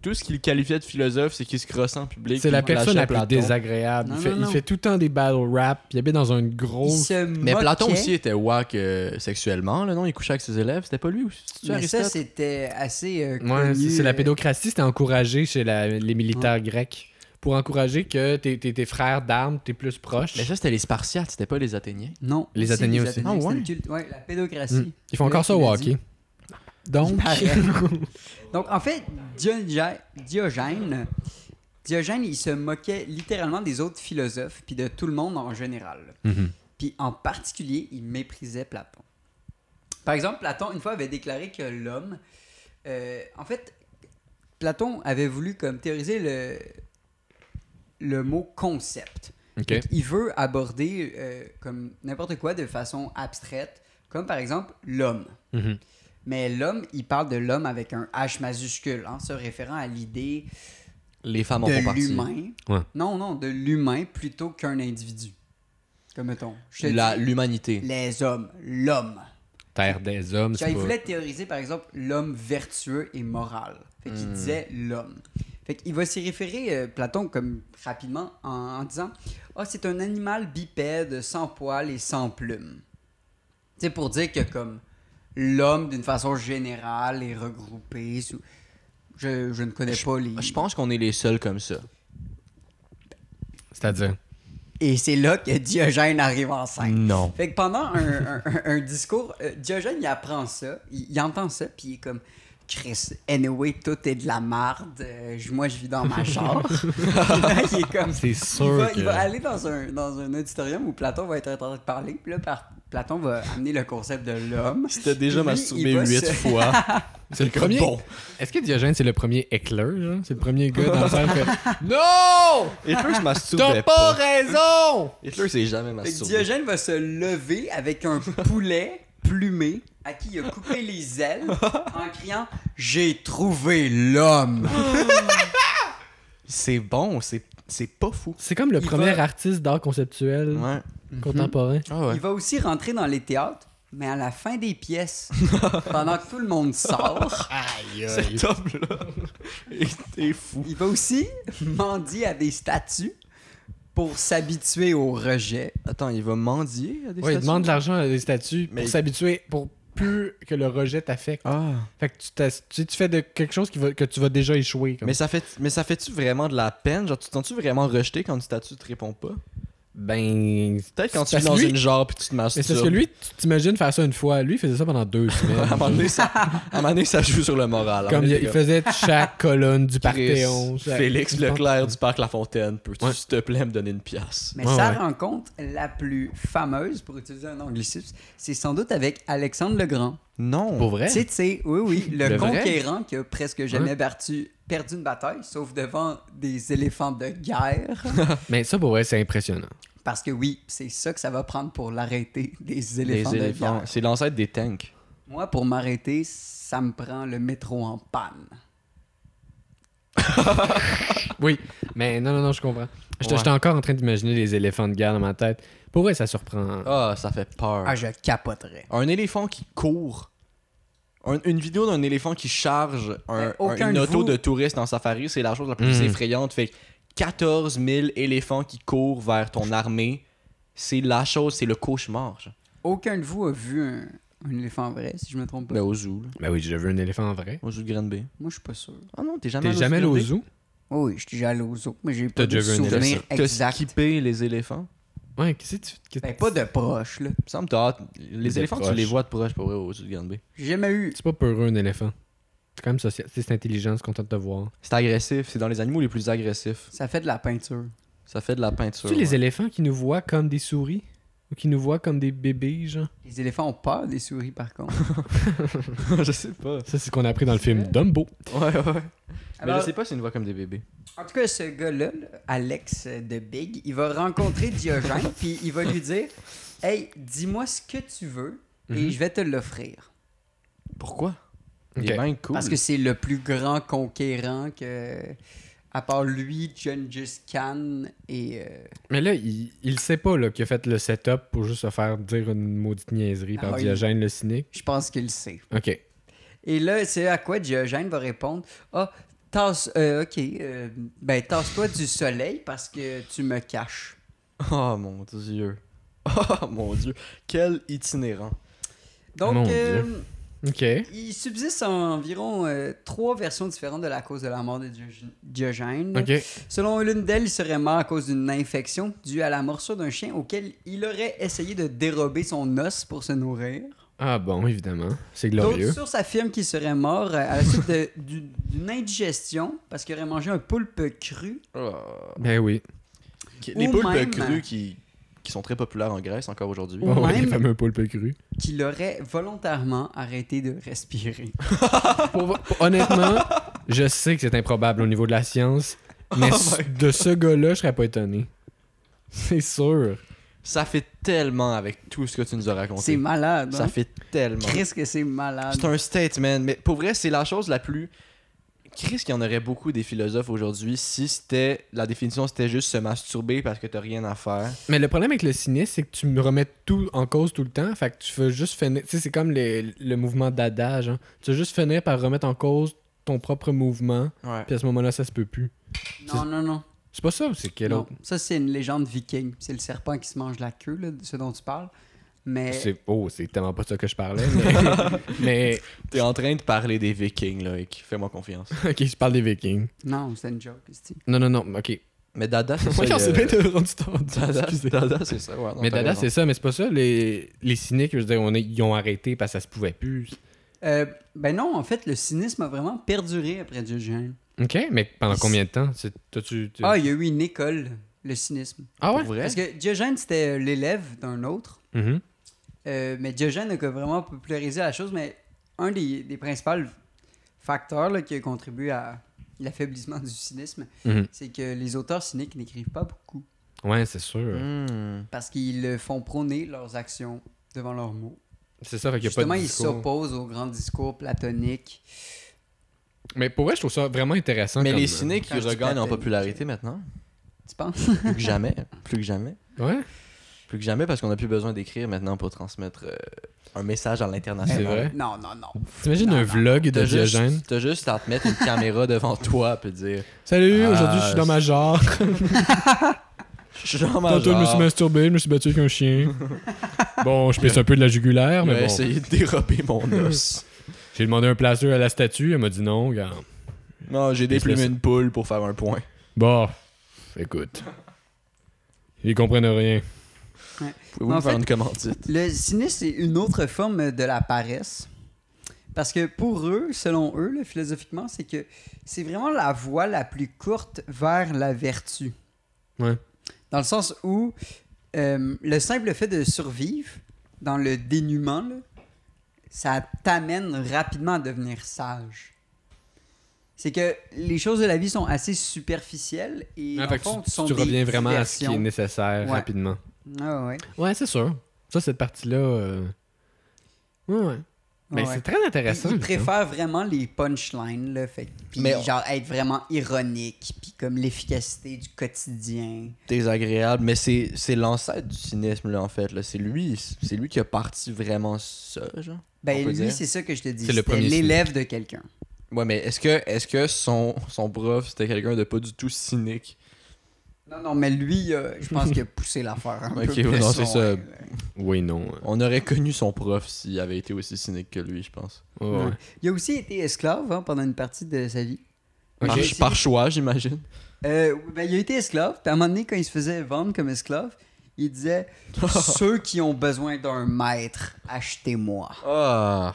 Speaker 3: tout ce qu'il qualifiait de philosophe, c'est qu'il se crossait en public.
Speaker 1: C'est la
Speaker 3: puis il
Speaker 1: personne la
Speaker 3: lâchait
Speaker 1: plus désagréable.
Speaker 2: Non,
Speaker 1: il, fait,
Speaker 2: non,
Speaker 1: il
Speaker 2: non.
Speaker 1: fait tout le temps des battle rap. Il habite dans une
Speaker 2: Il
Speaker 1: grosse.
Speaker 2: se
Speaker 3: Mais
Speaker 2: moquait,
Speaker 3: Platon aussi était wack euh, sexuellement, là, non Il couchait avec ses élèves, c'était pas lui ou c'est-tu
Speaker 2: Mais ça,
Speaker 3: Aristote?
Speaker 2: c'était assez euh,
Speaker 1: Ouais, c'est
Speaker 2: connu,
Speaker 1: c'est la
Speaker 2: euh,
Speaker 1: pédocratie, c'était encouragé chez la- les militaires grecs. Pour encourager que tes, tes- tes frères d'armes, t'es plus Mm. proches.
Speaker 3: Mais ça, c'était les Spartiates, c'était pas les Athéniens.
Speaker 2: Non.
Speaker 1: Les Athéniens aussi.
Speaker 2: Athéniens,
Speaker 3: Ah
Speaker 2: c'était
Speaker 3: ouais?
Speaker 2: une culte- ouais, la pédocratie.
Speaker 1: Mm. Ils font
Speaker 2: Le
Speaker 1: encore
Speaker 2: mec,
Speaker 1: ça
Speaker 2: il
Speaker 1: au
Speaker 2: a dit-
Speaker 1: hockey. Donc.
Speaker 2: Pareil. Donc, en fait, Diogè- Diogène, Diogène, il se moquait littéralement des autres philosophes, puis de tout le monde en général.
Speaker 1: Mhm.
Speaker 2: Puis en particulier, il méprisait Platon. Par exemple, Platon, une fois, avait déclaré que l'homme... euh, en fait, Platon avait voulu comme théoriser le, le mot concept.
Speaker 1: Ok.
Speaker 2: Donc, il veut aborder euh, comme n'importe quoi de façon abstraite, comme par exemple l'homme.
Speaker 1: Mhm.
Speaker 2: Mais l'homme, il parle de l'homme avec un H majuscule, en se référant à l'idée
Speaker 3: Les femmes en font
Speaker 2: de
Speaker 3: partie.
Speaker 2: l'humain.
Speaker 1: Ouais.
Speaker 2: Non, non, de l'humain plutôt qu'un individu. Comme mettons, je te
Speaker 3: La-
Speaker 2: dis,
Speaker 3: L'humanité.
Speaker 2: les hommes, l'homme.
Speaker 1: Terre des hommes,
Speaker 2: Quand
Speaker 1: c'est
Speaker 2: il
Speaker 1: pas...
Speaker 2: voulait théoriser, par exemple, l'homme vertueux et moral. Fait qu'il disait l'homme. Fait qu'il va s'y référer, euh, Platon, comme rapidement, en, en disant « Ah, c'est un animal bipède, sans poils et sans plumes. » Tu sais, pour dire que, comme, l'homme, d'une façon générale, est regroupé sous... Je, je ne connais pas les...
Speaker 3: Je pense qu'on est les seuls comme ça.
Speaker 1: C'est-à-dire.
Speaker 2: Et c'est là que Diogène arrive en scène.
Speaker 3: Non.
Speaker 2: Fait que pendant un, un- un- un discours, euh, Diogène, il apprend ça, il, il entend ça, puis il est comme Chris, anyway, tout est de la marde, euh, je- moi je vis dans ma chambre. il est comme.
Speaker 1: C'est
Speaker 2: Il
Speaker 1: sûr
Speaker 2: va,
Speaker 1: que...
Speaker 2: il va aller dans un, dans un auditorium où Platon va être en train de parler, puis là, par- Platon va amener le concept de l'homme.
Speaker 3: C'était déjà
Speaker 2: Lui,
Speaker 3: masturbé
Speaker 2: il va
Speaker 3: 8
Speaker 2: se-
Speaker 3: fois.
Speaker 1: C'est le premier.
Speaker 3: Bon.
Speaker 1: Est-ce que Diogène, c'est le premier éclair, genre? C'est le premier gars dans le salle qui fait Non!
Speaker 3: Hitler se
Speaker 1: T'as
Speaker 3: masturbait
Speaker 1: pas
Speaker 3: pas.
Speaker 1: raison!
Speaker 3: Hitler s'est jamais
Speaker 2: Fait que
Speaker 3: masturbé.
Speaker 2: Diogène va se lever avec un poulet plumé à qui il a coupé les ailes en criant J'ai trouvé l'homme.
Speaker 3: C'est bon, c'est c'est pas fou.
Speaker 1: C'est comme le
Speaker 2: Il
Speaker 1: premier
Speaker 2: va-
Speaker 1: artiste d'art conceptuel
Speaker 3: Ouais.
Speaker 1: contemporain.
Speaker 3: Ah ouais.
Speaker 2: Il va aussi rentrer dans les théâtres, mais à la fin des pièces, pendant que tout le monde sort,
Speaker 1: Aïe,
Speaker 3: Cet homme-là, il était fou.
Speaker 2: il va aussi mendier à des statues pour s'habituer au rejet.
Speaker 3: Attends, il va mendier à des
Speaker 1: Ouais, il
Speaker 3: statues?
Speaker 1: demande de l'argent à des statues
Speaker 3: Mais-
Speaker 1: pour s'habituer, pour plus que le rejet t'affecte.
Speaker 3: Ah.
Speaker 1: Fait que tu, t'as- tu, tu fais de quelque chose qui va, que tu vas déjà échouer. comme.
Speaker 3: Mais ça fait mais ça fait-tu vraiment de la peine? Genre tu t'en tu vraiment rejeté quand une statue te répond pas?
Speaker 1: ben.
Speaker 3: Peut-être quand tu
Speaker 1: Parce
Speaker 3: es dans
Speaker 1: que lui-
Speaker 3: une genre puis tu te masturbes.
Speaker 1: Mais c'est parce que lui, tu t'imagines faire ça une fois. Lui, il faisait ça pendant deux
Speaker 3: à un
Speaker 1: semaines.
Speaker 3: moment donné, ça, à un moment donné, ça joue sur le moral.
Speaker 1: comme il, il faisait chaque colonne du Parthéon.
Speaker 3: Parthéon.
Speaker 1: chaque-
Speaker 3: Félix Leclerc du Parc La Fontaine, peux-tu
Speaker 1: Ouais.
Speaker 3: s'il te plaît me donner une pièce?
Speaker 2: Mais
Speaker 1: Ouais,
Speaker 2: sa
Speaker 1: ouais.
Speaker 2: rencontre la plus fameuse, pour utiliser un anglicisme, c'est sans doute avec Alexandre le Grand.
Speaker 3: Non.
Speaker 1: Pour vrai?
Speaker 2: Tu sais, tu sais, oui, oui, le,
Speaker 1: Le vrai?
Speaker 2: conquérant qui a presque jamais perdu, perdu une bataille, sauf devant des éléphants de guerre.
Speaker 1: Mais ça, pour vrai, c'est impressionnant.
Speaker 2: Parce que oui, c'est ça que ça va prendre pour l'arrêter, des
Speaker 3: Les
Speaker 2: éléphants, de
Speaker 3: éléphants.
Speaker 2: guerre.
Speaker 3: C'est l'ancêtre des tanks.
Speaker 2: Moi, pour m'arrêter, ça me prend le métro en panne.
Speaker 1: Oui, mais non, non, non, je comprends. J'étais
Speaker 3: Ouais.
Speaker 1: j'étais encore en train d'imaginer les éléphants de guerre dans ma tête. Pour vrai, ça surprend.
Speaker 3: Ah, ça fait peur.
Speaker 2: Ah, je capoterais.
Speaker 3: Un éléphant qui court. Un- une vidéo d'un éléphant qui charge un,
Speaker 2: Ben, aucun
Speaker 3: un- une
Speaker 2: de
Speaker 3: auto
Speaker 2: vous-
Speaker 3: de touriste en safari, c'est la chose la plus
Speaker 1: Mm.
Speaker 3: effrayante. Fait que 14 000 éléphants qui courent vers ton armée, c'est la chose, c'est le cauchemar. genre.
Speaker 2: Aucun de vous a vu un, un éléphant vrai, si je me trompe pas.
Speaker 3: Ben, au zoo, là.
Speaker 1: Ben oui, j'ai vu un éléphant en vrai.
Speaker 3: au zoo de Granby.
Speaker 2: Moi, je suis pas sûr.
Speaker 3: Ah non, t'es jamais
Speaker 1: T'es
Speaker 3: allé
Speaker 1: jamais allé
Speaker 3: de
Speaker 1: au
Speaker 3: Granby?
Speaker 1: zoo?
Speaker 2: Oh, oui, je suis déjà allé aux zoo, mais j'ai
Speaker 1: T'as
Speaker 2: pas de
Speaker 1: déjà vu un
Speaker 2: souvenir
Speaker 1: éléphant.
Speaker 3: T'as
Speaker 2: exact.
Speaker 3: skippé les éléphants?
Speaker 1: Ouais, qu'est-ce que tu. qu'est-ce-
Speaker 2: Ben, pas de proche, là.
Speaker 3: Il me semble que t'as hâte. Les
Speaker 1: De
Speaker 3: éléphants, tu
Speaker 1: proche.
Speaker 3: les vois de proche, pour vrai, au zoo de Granby.
Speaker 2: J'ai jamais eu.
Speaker 1: C'est pas peureux, un éléphant. C'est quand même social. C'est c'est intelligent, c'est content de te voir.
Speaker 3: C'est agressif, c'est dans les animaux les plus agressifs.
Speaker 2: Ça fait de la peinture.
Speaker 3: Ça fait de la peinture.
Speaker 1: Tu
Speaker 3: ouais.
Speaker 1: les éléphants qui nous voient comme des souris ou qui nous voient comme des bébés, genre
Speaker 2: Les éléphants ont peur des souris, par contre.
Speaker 3: Je sais pas.
Speaker 1: Ça, c'est ce qu'on a appris dans le film Dumbo.
Speaker 3: Ouais, ouais. Mais
Speaker 2: Alors-
Speaker 3: je sais pas si une voix comme des bébés.
Speaker 2: En tout cas, ce gars-là, là, Alex euh, de Big, il va rencontrer Diogène, puis il va lui dire Hey, dis-moi ce que tu veux et
Speaker 1: Mhm.
Speaker 2: je vais te l'offrir.
Speaker 3: Pourquoi? Il
Speaker 1: Ok.
Speaker 3: est bien cool.
Speaker 2: Parce que c'est le plus grand conquérant que. À part lui, Gengis Khan et. euh,
Speaker 1: Mais là, il, il sait pas là, qu'il a fait le setup pour juste se faire dire une maudite niaiserie par
Speaker 2: Ah, il-
Speaker 1: Diogène le cynique.
Speaker 2: je pense qu'il le sait.
Speaker 1: Ok.
Speaker 2: Et là, c'est à quoi Diogène va répondre Ah, tasse. euh, ok, euh, ben, tasse-toi du soleil parce que tu me caches.
Speaker 3: Oh mon dieu. Oh mon dieu. Quel itinérant.
Speaker 1: Mon
Speaker 2: Donc.
Speaker 1: Dieu.
Speaker 2: euh,
Speaker 1: Ok.
Speaker 2: Il subsiste environ euh, trois versions différentes de la cause de la mort de Diog- Diogène.
Speaker 1: Ok.
Speaker 2: Selon l'une d'elles, il serait mort à cause d'une infection due à la morsure d'un chien auquel il aurait essayé de dérober son os pour se nourrir.
Speaker 1: Ah bon, évidemment. C'est glorieux.
Speaker 2: D'autres sources affirment qu'il serait mort euh, à la suite de- du- d'une indigestion parce qu'il aurait mangé un poulpe cru.
Speaker 3: Oh.
Speaker 1: Ben oui.
Speaker 3: Les
Speaker 2: Ou
Speaker 3: poulpes
Speaker 2: même-
Speaker 3: crues qui, qui sont très populaires en Grèce encore aujourd'hui.
Speaker 2: Ou
Speaker 1: Oh, ouais,
Speaker 2: même-
Speaker 1: les fameux poulpes crus.
Speaker 2: Qu'il aurait volontairement arrêté de respirer.
Speaker 1: Pour- pour- honnêtement, je sais que c'est improbable au niveau de la science, mais
Speaker 2: Oh
Speaker 1: ce- de ce gars-là, je serais pas étonné. C'est sûr.
Speaker 3: Ça fait tellement avec tout ce que tu nous as raconté.
Speaker 2: C'est malade.
Speaker 3: Ça
Speaker 2: hein?
Speaker 3: fait tellement.
Speaker 2: Chris que c'est malade.
Speaker 3: C'est un statement, mais pour vrai, c'est la chose la plus. Chris, qu'il y en aurait beaucoup des philosophes aujourd'hui si c'était la définition c'était juste se masturber parce que t'as rien à faire.
Speaker 1: Mais le problème avec le cynisme, c'est que tu me remets tout en cause tout le temps. Fait que tu veux juste finir. Tu sais, c'est comme les- le mouvement d'adage. hein. Tu veux juste finir par remettre en cause ton propre mouvement.
Speaker 3: Ouais.
Speaker 1: Puis à ce moment-là, ça se peut plus.
Speaker 2: Non, non, non.
Speaker 1: C'est pas ça, c'est quel
Speaker 2: Non,
Speaker 1: autre.
Speaker 2: Ça, c'est une légende viking. C'est le serpent qui se mange la queue, là, de ce dont tu parles. Mais
Speaker 1: C'est... Oh, c'est tellement pas de ça que je parlais. Mais, mais-
Speaker 3: T'es en train de parler des Vikings, là, Hick. fais-moi confiance.
Speaker 1: Ok, je parle des Vikings.
Speaker 2: non, c'est une joke. c'est-tu.
Speaker 1: Non, non, non, ok.
Speaker 3: Mais Dada, c'est ça.
Speaker 1: Voyons,
Speaker 3: le-
Speaker 1: c'est bien de rendu tard.
Speaker 3: Dada,
Speaker 1: Excusez.
Speaker 3: Dada, c'est ça, ouais. non,
Speaker 1: mais
Speaker 3: t'as
Speaker 1: Dada,
Speaker 3: raison.
Speaker 1: c'est ça, mais c'est pas ça. Les, les cyniques, je veux dire, on est- ils ont arrêté parce que ça se pouvait plus.
Speaker 2: Euh, ben non, en fait, le cynisme a vraiment perduré après Diogène.
Speaker 1: Ok, mais pendant
Speaker 2: Ils-
Speaker 1: combien de temps C'est- t'as-tu- tu-
Speaker 2: Ah, il y a eu une école, le cynisme.
Speaker 1: Ah ouais
Speaker 3: Pour vrai?
Speaker 2: Parce que Diogène, c'était l'élève d'un euh, autre.
Speaker 1: Mhm.
Speaker 2: Euh, mais Diogène a comme vraiment popularisé la chose, mais un des, des principaux facteurs là, qui a contribué à l'affaiblissement du cynisme,
Speaker 1: Mhm.
Speaker 2: c'est que les auteurs cyniques n'écrivent pas beaucoup
Speaker 1: Ouais, c'est sûr.
Speaker 3: Hmm.
Speaker 2: parce qu'ils le font prôner leurs actions devant leurs mots.
Speaker 1: C'est ça, fait qu'il y a pas de
Speaker 2: Justement, ils
Speaker 1: discours.
Speaker 2: s'opposent aux grands discours platoniques.
Speaker 1: Mais pour vrai, je trouve ça vraiment intéressant.
Speaker 3: Mais
Speaker 1: comme-
Speaker 3: les cyniques,
Speaker 2: Quand
Speaker 3: ils
Speaker 2: je
Speaker 3: regagnent en
Speaker 2: t'appelle,
Speaker 3: popularité maintenant.
Speaker 2: Tu penses?
Speaker 3: Plus que jamais. Plus que jamais.
Speaker 1: Ouais,
Speaker 3: Plus que jamais parce qu'on n'a plus besoin d'écrire maintenant pour transmettre euh, un message à
Speaker 1: c'est
Speaker 3: l'international.
Speaker 1: vrai.
Speaker 2: Eh Non, non, non.
Speaker 1: T'imagines un vlog de
Speaker 3: Ah, T'as
Speaker 1: Diogène?
Speaker 3: juste, t'as juste à te mettre une caméra devant toi puis dire
Speaker 1: Salut,
Speaker 3: Ah,
Speaker 1: aujourd'hui je suis dans ma genre.
Speaker 3: Je suis genre
Speaker 1: Tantôt je me suis
Speaker 3: majeur.
Speaker 1: masturbé, je me suis battu avec un chien. bon, je pisse un peu de la jugulaire,
Speaker 3: Je vais
Speaker 1: mais bon.
Speaker 3: essayer de dérober mon os.
Speaker 1: J'ai demandé un placeur à la statue, elle m'a dit non, gars.
Speaker 3: Non, j'ai déplumé une poule pour faire un point.
Speaker 1: Bon, écoute. Ils comprennent rien.
Speaker 3: Pouvez-vous
Speaker 2: Mais en
Speaker 3: me faire
Speaker 2: fait-
Speaker 3: une commandite?
Speaker 2: Le cynisme, c'est une autre forme de la paresse. Parce que pour eux, selon eux, là, philosophiquement, c'est que c'est vraiment la voie la plus courte vers la vertu.
Speaker 1: Ouais.
Speaker 2: Dans le sens où euh, le simple fait de survivre dans le dénuement, là, ça t'amène rapidement à devenir sage. C'est que les choses de la vie sont assez superficielles et en
Speaker 1: Ah, fait que
Speaker 2: fond,
Speaker 1: tu,
Speaker 2: sont
Speaker 1: tu
Speaker 2: des
Speaker 1: reviens vraiment à ce qui est
Speaker 2: diversions.
Speaker 1: nécessaire
Speaker 2: Ouais.
Speaker 1: rapidement.
Speaker 2: Ah ouais.
Speaker 1: Ouais, c'est sûr. Ça, cette partie-là. euh, Ouais, ouais. Mais
Speaker 2: Ouais.
Speaker 1: c'est très intéressant.
Speaker 2: Ils il
Speaker 1: je trouve.
Speaker 2: préfère vraiment les punchlines, là. Fait, que- puis
Speaker 3: Mais on-
Speaker 2: genre être vraiment ironique, puis comme l'efficacité du quotidien.
Speaker 3: désagréable, mais c'est c'est l'ancêtre du cynisme, là, en fait. là. C'est lui, c'est lui qui a parti vraiment ça, genre. On
Speaker 2: Ben
Speaker 3: peut
Speaker 2: lui,
Speaker 3: dire.
Speaker 2: c'est ça que je te dis.
Speaker 1: C'est le
Speaker 2: C'était
Speaker 1: premier
Speaker 2: l'élève de quelqu'un.
Speaker 3: Ouais, mais est-ce que, est -ce que son, son prof, c'était quelqu'un de pas du tout cynique?
Speaker 2: Non, non, mais lui, euh, je pense qu'il a poussé l'affaire un
Speaker 3: Ok,
Speaker 2: peu plus
Speaker 3: ouais, non, c'est
Speaker 2: loin, euh,
Speaker 3: ça.
Speaker 2: là.
Speaker 1: hein. Oui, non. ouais.
Speaker 3: On aurait connu son prof s'il avait été aussi cynique que lui, je pense.
Speaker 1: Ouais, ouais.
Speaker 2: euh. Il a aussi été esclave hein, pendant une partie de sa vie.
Speaker 1: Ok.
Speaker 3: Par, par choix, j'imagine.
Speaker 2: Euh, ben, il a été esclave, puis à un moment donné, quand il se faisait vendre comme esclave, il disait « Ceux qui ont besoin d'un maître, achetez-moi.
Speaker 3: Ah.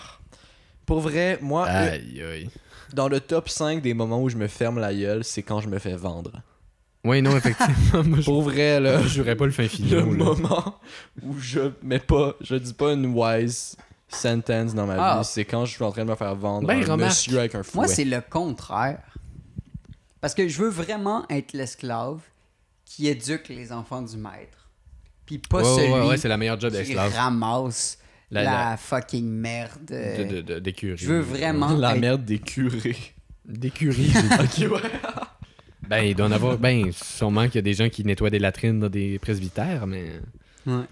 Speaker 3: Pour vrai, moi, euh,
Speaker 1: Aïe, aïe.
Speaker 3: dans le top 5 des moments où je me ferme la gueule, c'est quand je me fais vendre.
Speaker 1: Oui, non, effectivement. moi, je-
Speaker 3: Pour vrai, là,
Speaker 1: je jouerais pas le fin final.
Speaker 3: le moment où je mets pas, je dis pas une wise sentence dans ma
Speaker 2: Ah.
Speaker 3: vie, c'est quand je suis en train de me faire vendre
Speaker 1: Ben,
Speaker 3: un
Speaker 1: remarque.
Speaker 3: monsieur avec un fouet.
Speaker 2: Moi, c'est le contraire. Parce que je veux vraiment être l'esclave qui éduque les enfants du maître. Puis pas
Speaker 1: ouais,
Speaker 2: celui
Speaker 1: ouais, ouais, c'est la meilleure job
Speaker 2: qui
Speaker 1: d'esclave.
Speaker 2: ramasse
Speaker 1: La-
Speaker 2: la,
Speaker 1: la-
Speaker 2: fucking merde.
Speaker 1: De- de- de- d'écurie.
Speaker 2: euh, je veux vraiment
Speaker 3: la
Speaker 2: être-
Speaker 3: merde des curés.
Speaker 1: D'écurie, j'ai dit. Ben, il doit en avoir. Ben, sûrement qu'il y a des gens qui nettoient des latrines dans des presbytères, mais.
Speaker 2: Ouais.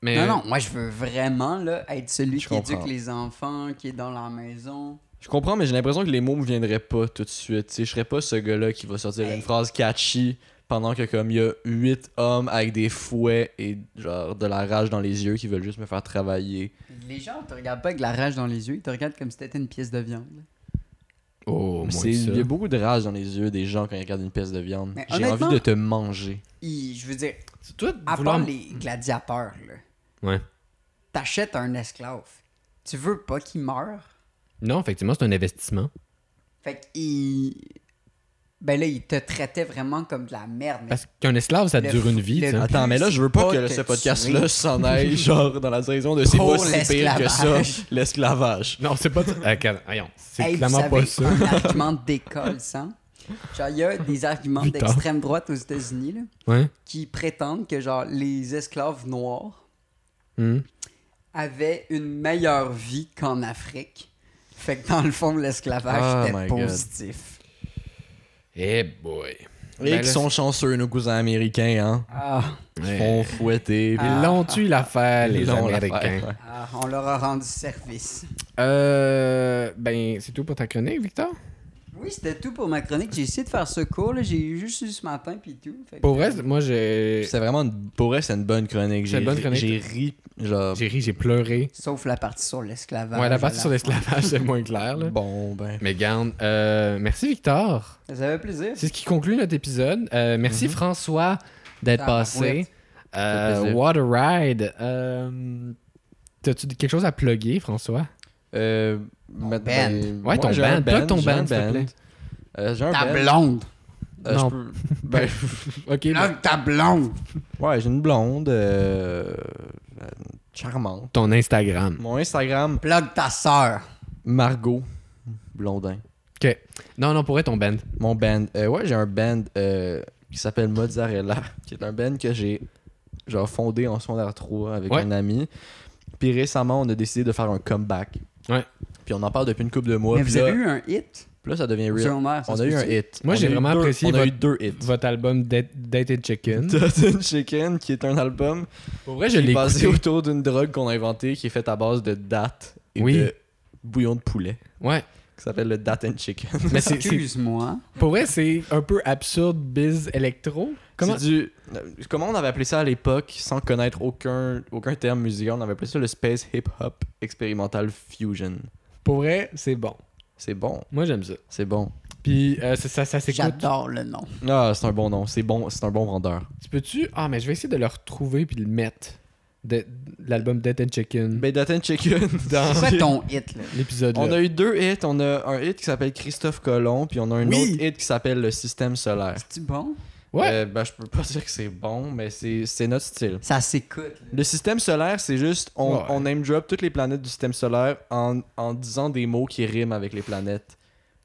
Speaker 1: mais
Speaker 2: Non, non, moi, je veux vraiment là, être celui
Speaker 3: Je
Speaker 2: qui éduque
Speaker 3: comprends.
Speaker 2: les enfants, qui est dans la maison.
Speaker 3: Je comprends, mais j'ai l'impression que les mots me viendraient pas tout de suite. tu sais. Je serais pas ce gars-là qui va sortir
Speaker 2: Hey.
Speaker 3: une phrase catchy pendant que comme il y a huit hommes avec des fouets et genre de la rage dans les yeux qui veulent juste me faire travailler.
Speaker 2: Les gens te regardent pas avec de la rage dans les yeux, ils te regardent comme si t'étais une pièce de viande.
Speaker 1: Oh,
Speaker 3: C'est-
Speaker 1: moi, ça.
Speaker 3: Il y a beaucoup de rage dans les yeux des gens quand ils regardent une pièce de viande.
Speaker 2: Mais
Speaker 3: J'ai
Speaker 2: honnêtement-
Speaker 3: envie de te manger.
Speaker 2: Ils- je veux dire,
Speaker 1: Toi,
Speaker 2: à
Speaker 1: vouloir-
Speaker 2: part les gladiateurs, là,
Speaker 1: Ouais.
Speaker 2: t'achètes un esclave. Tu veux pas qu'il meure.
Speaker 1: Non, effectivement, c'est un investissement.
Speaker 2: Fait qu'il. Ben là, il te traitait vraiment comme de la merde. mais-
Speaker 1: Parce qu'un esclave, ça
Speaker 2: Le-
Speaker 1: dure une vie,
Speaker 2: le-
Speaker 1: tu sais.
Speaker 3: Attends, mais là, je veux pas,
Speaker 2: Pas que
Speaker 3: que ce
Speaker 2: tu
Speaker 3: podcast-là
Speaker 2: ris.
Speaker 3: s'en aille, genre, dans la saison de c'est
Speaker 2: Pour
Speaker 3: pas si pire que ça,
Speaker 2: l'esclavage.
Speaker 3: l'esclavage.
Speaker 1: Non, c'est pas. Ah, calme. Voyons, c'est
Speaker 2: Hey, vous
Speaker 1: clairement pas
Speaker 2: savez,
Speaker 1: ça.
Speaker 2: Un argument d'école, ça. Genre, il y a des arguments
Speaker 1: Victor.
Speaker 2: d'extrême droite aux États-Unis là,
Speaker 1: Ouais.
Speaker 2: qui prétendent que, genre, les esclaves noirs
Speaker 1: Hmm.
Speaker 2: avaient une meilleure vie qu'en Afrique. Fait que dans le fond, l'esclavage
Speaker 3: Oh
Speaker 2: était
Speaker 3: my God.
Speaker 2: positif.
Speaker 1: Eh boy.
Speaker 3: Et
Speaker 1: Ben
Speaker 3: qui
Speaker 1: là,
Speaker 3: sont chanceux, nos cousins américains, hein.
Speaker 2: Ah,
Speaker 3: Ils se
Speaker 1: Ouais.
Speaker 3: font fouetter. puis
Speaker 1: Ils l'ont tué l'affaire, les
Speaker 3: ils l'ont l'affaire,
Speaker 1: Américains.
Speaker 3: ouais.
Speaker 2: ah, on leur a rendu service.
Speaker 1: Euh, ben, c'est tout pour ta chronique, Victor?
Speaker 2: Oui, c'était tout pour ma chronique. J'ai essayé de faire ce cours, là. J'ai eu juste eu ce matin, puis tout. Fait que-
Speaker 1: Pour vrai, moi, j'ai
Speaker 3: C'est vraiment, une- pour vrai, c'est une bonne chronique.
Speaker 1: C'est
Speaker 3: J'ai
Speaker 1: une bonne
Speaker 3: ri,
Speaker 1: chronique.
Speaker 3: j'ai ri, genre,
Speaker 1: j'ai ri, j'ai pleuré.
Speaker 2: Sauf la partie sur l'esclavage.
Speaker 1: Ouais,
Speaker 2: à
Speaker 1: la partie sur
Speaker 2: fin.
Speaker 1: l'esclavage, c'est moins clair, là.
Speaker 3: bon, ben.
Speaker 1: Mais garde, euh, merci Victor.
Speaker 2: Ça fait plaisir.
Speaker 1: C'est ce qui conclut notre épisode. Euh, merci
Speaker 3: Mhm.
Speaker 1: François d'être
Speaker 2: Ah,
Speaker 1: passé.
Speaker 2: ouais.
Speaker 1: Euh,
Speaker 3: Ça fait plaisir.
Speaker 1: Water Ride. Euh, T'as-tu quelque chose à plugger, François?
Speaker 3: Euh, mais-
Speaker 2: band.
Speaker 3: ben,
Speaker 1: Ouais,
Speaker 3: moi,
Speaker 1: ton
Speaker 3: j'ai un
Speaker 1: band. Plug ton
Speaker 3: j'ai un
Speaker 1: band, s'il te plaît.
Speaker 3: Euh, j'ai un
Speaker 2: Ta
Speaker 3: band.
Speaker 2: blonde.
Speaker 3: Euh, je
Speaker 1: Non.
Speaker 3: peux- ben,
Speaker 1: Ok,
Speaker 3: Ah.
Speaker 2: Là, ta blonde.
Speaker 3: ouais, j'ai une blonde. euh, euh, charmante.
Speaker 1: Ton Instagram.
Speaker 3: Mon Instagram,
Speaker 2: Plug ta sœur.
Speaker 3: Margot Blondin.
Speaker 1: Ok. Non, non, pour être ton band.
Speaker 3: Mon band. euh, ouais, j'ai un band euh, qui s'appelle Mozzarella, qui est un band que j'ai genre fondé en secondaire 3 avec
Speaker 1: Ouais.
Speaker 3: un ami. Puis récemment, on a décidé de faire un comeback.
Speaker 1: Ouais.
Speaker 3: Puis on en parle depuis une couple de mois.
Speaker 2: Mais
Speaker 3: puis
Speaker 2: vous
Speaker 3: là,
Speaker 2: avez eu un hit
Speaker 3: puis là, ça devient
Speaker 2: au
Speaker 3: real.
Speaker 2: secondaire, ça
Speaker 3: On
Speaker 2: se
Speaker 3: a eu un
Speaker 2: peut-tu?
Speaker 3: hit.
Speaker 1: Moi,
Speaker 3: On
Speaker 1: j'ai
Speaker 3: a eu
Speaker 1: vraiment
Speaker 3: deux-
Speaker 1: apprécié
Speaker 3: On a eu
Speaker 1: votre-
Speaker 3: deux hits.
Speaker 1: Votre album Date- Dated Chicken.
Speaker 3: Dozen Chicken, qui est un album
Speaker 1: Pour vrai,
Speaker 3: qui
Speaker 1: je l'ai
Speaker 3: est basé
Speaker 1: écouté.
Speaker 3: autour d'une drogue qu'on a inventée qui est faite à base de dattes et
Speaker 1: Oui.
Speaker 3: de bouillon de poulet,
Speaker 1: Ouais.
Speaker 3: qui s'appelle le Dat and Chicken.
Speaker 1: Mais c'est- c'est
Speaker 2: Excuse-moi.
Speaker 1: Pour vrai, c'est un peu absurde, biz électro. Comment
Speaker 3: C'est du- euh, Comment on avait appelé ça à l'époque, sans connaître aucun, aucun terme musical, on avait appelé ça le Space Hip Hop Experimental Fusion.
Speaker 1: Pour vrai, c'est bon.
Speaker 3: C'est bon,
Speaker 1: Moi, j'aime ça.
Speaker 3: c'est bon.
Speaker 1: Puis euh, ça, ça, ça s'écoute.
Speaker 2: J'adore le nom.
Speaker 3: Ah, c'est un bon nom, c'est bon, c'est un bon vendeur.
Speaker 1: Tu peux-tu. Ah, mais je vais essayer de le retrouver puis de le mettre. De- L'album Dead and Chicken.
Speaker 3: Ben, Dat and Chicken, dans-
Speaker 2: C'est quoi ton hit, là?
Speaker 1: L'épisode.
Speaker 3: On a eu deux hits, on a un hit qui s'appelle Christophe Colomb, puis on a un
Speaker 1: Oui.
Speaker 3: autre hit qui s'appelle le Système Solaire.
Speaker 2: C'est-tu bon?
Speaker 1: Ouais.
Speaker 3: Euh, ben, je peux pas dire que c'est bon, mais c'est c'est notre style.
Speaker 2: Ça s'écoute. là.
Speaker 3: Le système solaire, c'est juste, on,
Speaker 1: Ouais.
Speaker 3: on name drop toutes les planètes du système solaire en, en disant des mots qui riment avec les planètes,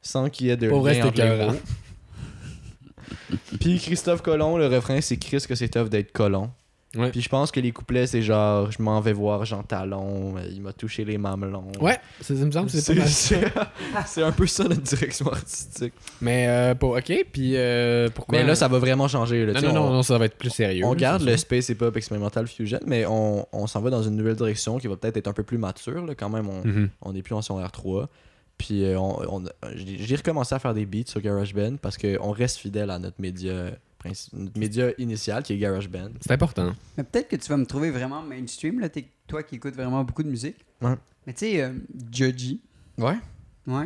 Speaker 3: sans qu'il y ait de
Speaker 1: Pour vrai,
Speaker 3: lien
Speaker 1: c'était
Speaker 3: entre les
Speaker 1: écœurant.
Speaker 3: mots. Puis Christophe Colomb, le refrain, c'est Chris que c'est tough d'être colon.
Speaker 1: Ouais.
Speaker 3: Puis je pense que les couplets, c'est genre, je m'en vais voir Jean Talon, euh, il m'a touché les mamelons.
Speaker 1: Ouais, ça, ça me semble que c'est
Speaker 3: C'est
Speaker 1: pas mal.
Speaker 3: c'est- c'est un peu ça notre direction artistique.
Speaker 1: Mais euh, pour, ok, puis euh, pourquoi
Speaker 3: Mais Ben, là, ça va vraiment changer. Là,
Speaker 1: Non,
Speaker 3: tu sais,
Speaker 1: non,
Speaker 3: on-
Speaker 1: non, non, ça va être plus sérieux.
Speaker 3: On garde
Speaker 1: ça.
Speaker 3: le Space Hip Hop Experimental Fusion, mais on, on s'en va dans une nouvelle direction qui va peut-être être un peu plus mature. là. Quand même, on
Speaker 1: Mhm.
Speaker 3: on n'est plus en secondaire 3. Puis euh, on, on- j'ai j'ai recommencé à faire des beats sur GarageBand parce qu'on reste fidèle à notre média, princi- notre média initial qui est GarageBand.
Speaker 1: C'est important.
Speaker 2: Mais peut-être que tu vas me trouver vraiment mainstream, là. T'es- toi qui écoutes vraiment beaucoup de musique.
Speaker 3: Ouais.
Speaker 2: Mais tu sais, euh, Judgy.
Speaker 3: Ouais.
Speaker 2: Ouais.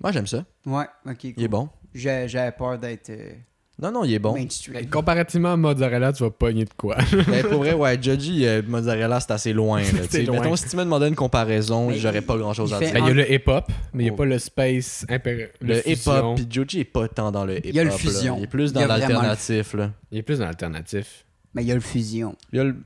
Speaker 3: Moi, j'aime ça.
Speaker 2: Ouais, ok.
Speaker 3: Il est
Speaker 2: cool.
Speaker 3: bon.
Speaker 2: J'ai- J'avais peur d'être euh,
Speaker 3: Non, non, il est bon.
Speaker 2: mainstream.
Speaker 1: Ben, Comparativement à Mozzarella, tu vas pogner de quoi
Speaker 3: Mais pour vrai, ouais, Judgy, euh, Mozzarella, c'est assez loin. là, tu sais.
Speaker 1: loin.
Speaker 3: Mettons, si tu me demandais une comparaison,
Speaker 2: Mais
Speaker 3: j'aurais
Speaker 2: il-
Speaker 3: pas grand chose
Speaker 2: il
Speaker 3: à
Speaker 2: fait
Speaker 3: dire.
Speaker 1: Ben, Il y a le hip-hop, mais il n'y a
Speaker 3: Oh.
Speaker 1: pas le space impérial.
Speaker 3: le hip-hop, puis Judgy est pas tant dans le hip-hop.
Speaker 2: y a le
Speaker 3: là.
Speaker 2: fusion.
Speaker 3: Il est plus
Speaker 2: Il y
Speaker 3: dans
Speaker 2: a vraiment le-
Speaker 3: l'alternatif. là.
Speaker 1: Il est plus dans l'alternatif.
Speaker 2: Mais il y a le fusion.
Speaker 3: Il y a le-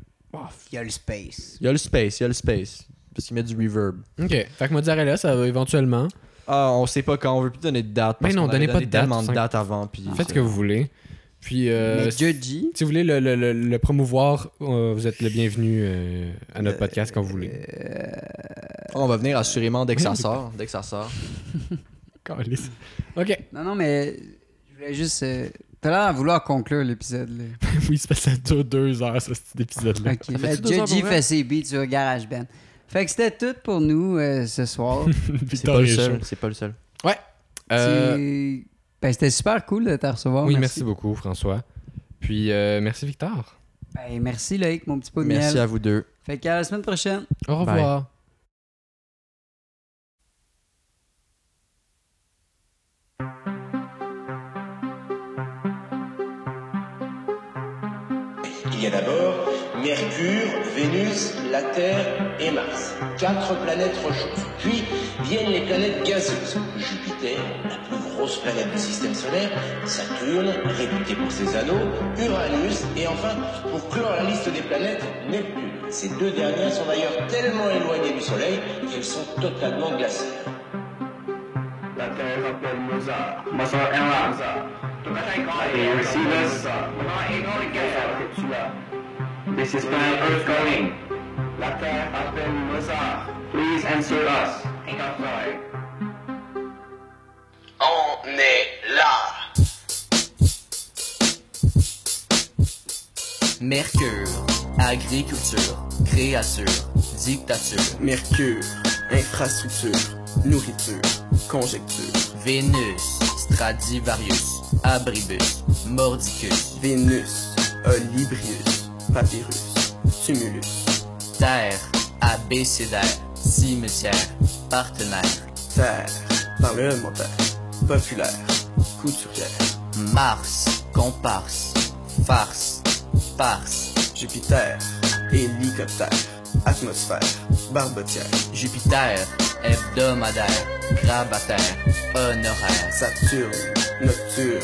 Speaker 2: Il y a le space.
Speaker 3: il y a le space, il y a le space. Parce qu'il met du reverb.
Speaker 1: Ok, fait que Mozzarella, ça va éventuellement.
Speaker 3: Ah, on sait pas quand, on veut plus donner de date.
Speaker 1: Mais
Speaker 3: parce
Speaker 1: non,
Speaker 3: qu'on avait
Speaker 1: donnez pas
Speaker 3: donné
Speaker 1: de date,
Speaker 3: tellement de
Speaker 1: cinq-
Speaker 3: dates avant. Puis
Speaker 1: Faites ce que vous voulez. Puis, euh,
Speaker 2: mais
Speaker 1: si
Speaker 2: Judgy.
Speaker 1: si vous voulez le, le- le- le promouvoir, euh, vous êtes le bienvenu euh, à notre podcast quand vous voulez.
Speaker 2: euh,
Speaker 3: On va venir assurément dès que ça sort. Dès que ça sort.
Speaker 1: Câlisse. Ok.
Speaker 2: Non, non, mais je voulais juste. euh, T'as l'air à vouloir conclure l'épisode, là.
Speaker 1: oui, ça passe dure deux heures, ce petit épisode-là.
Speaker 2: Ok,
Speaker 3: fait-tu
Speaker 2: fait
Speaker 3: deux heures
Speaker 2: Judgy
Speaker 3: pour
Speaker 2: fait ses beats sur GarageBand. Fait que c'était tout pour nous euh, ce soir.
Speaker 3: C'est pas le seul. C'est pas le seul. Euh,
Speaker 2: C'est- Ben, c'était super cool de te recevoir.
Speaker 1: Euh, oui, merci beaucoup, François. Puis, euh, merci, Victor.
Speaker 2: Ben, merci, Loïc, mon petit pot de
Speaker 3: Merci
Speaker 2: miel.
Speaker 3: à vous deux.
Speaker 2: Fait qu'à la semaine prochaine.
Speaker 1: Au
Speaker 3: Bye.
Speaker 1: revoir.
Speaker 4: Il y a d'abord Mercure, Vénus, la Terre et Mars. Quatre planètes rocheuses. Puis viennent les planètes gazeuses. Jupiter, la plus grosse planète du système solaire, Saturne, réputée pour ses anneaux, Uranus et enfin, pour clore la liste des planètes, Neptune. Ces deux dernières sont d'ailleurs tellement éloignées du Soleil qu'elles sont totalement glacées.
Speaker 5: La terre s'appelle Mozart. Mozart et Ramza. Et aussi le là. This is planet Earth calling. La terre s'appelle Mozart. Please answer us. Hang up fire.
Speaker 4: On est là
Speaker 6: Mercure, agriculture, créature, dictature.
Speaker 7: Mercure, infrastructure, nourriture, conjecture,
Speaker 6: Vénus, Stradivarius, Abribus, Mordicus.
Speaker 7: Vénus, Olibrius, Papyrus, Tumulus,
Speaker 6: Terre, abécédaire, cimetière, partenaire.
Speaker 7: Terre, parlementaire, populaire, couturière,
Speaker 6: Mars, comparse, farce, parse.
Speaker 7: Jupiter, hélicoptère, atmosphère, barbotière,
Speaker 6: Jupiter, hebdomadaire, grabataire, honoraire.
Speaker 7: Saturne, nocturne,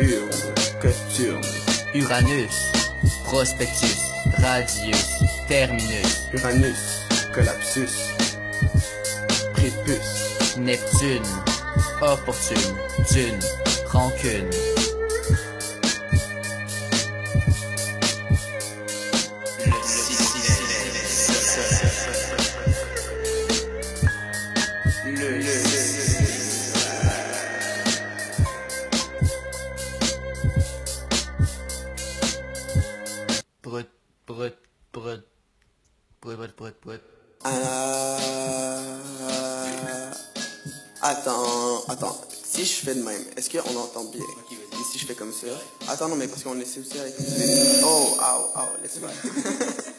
Speaker 7: urne, coturne,
Speaker 6: Uranus, prospectus, radius, terminus,
Speaker 7: Uranus, Collapsus, Prépuce,
Speaker 6: Neptune, opportune, dune, rancune. Le silence
Speaker 7: Le
Speaker 6: Brut, brut, brut. Brut, brut, brut, brut.
Speaker 7: Euh, Attends, attends. Si je fais de même, est-ce qu'on entend bien oh, Et si je fais comme ça Attends, non, mais parce qu'on essaie aussi avec... Oh, ow, ow, laisse faire.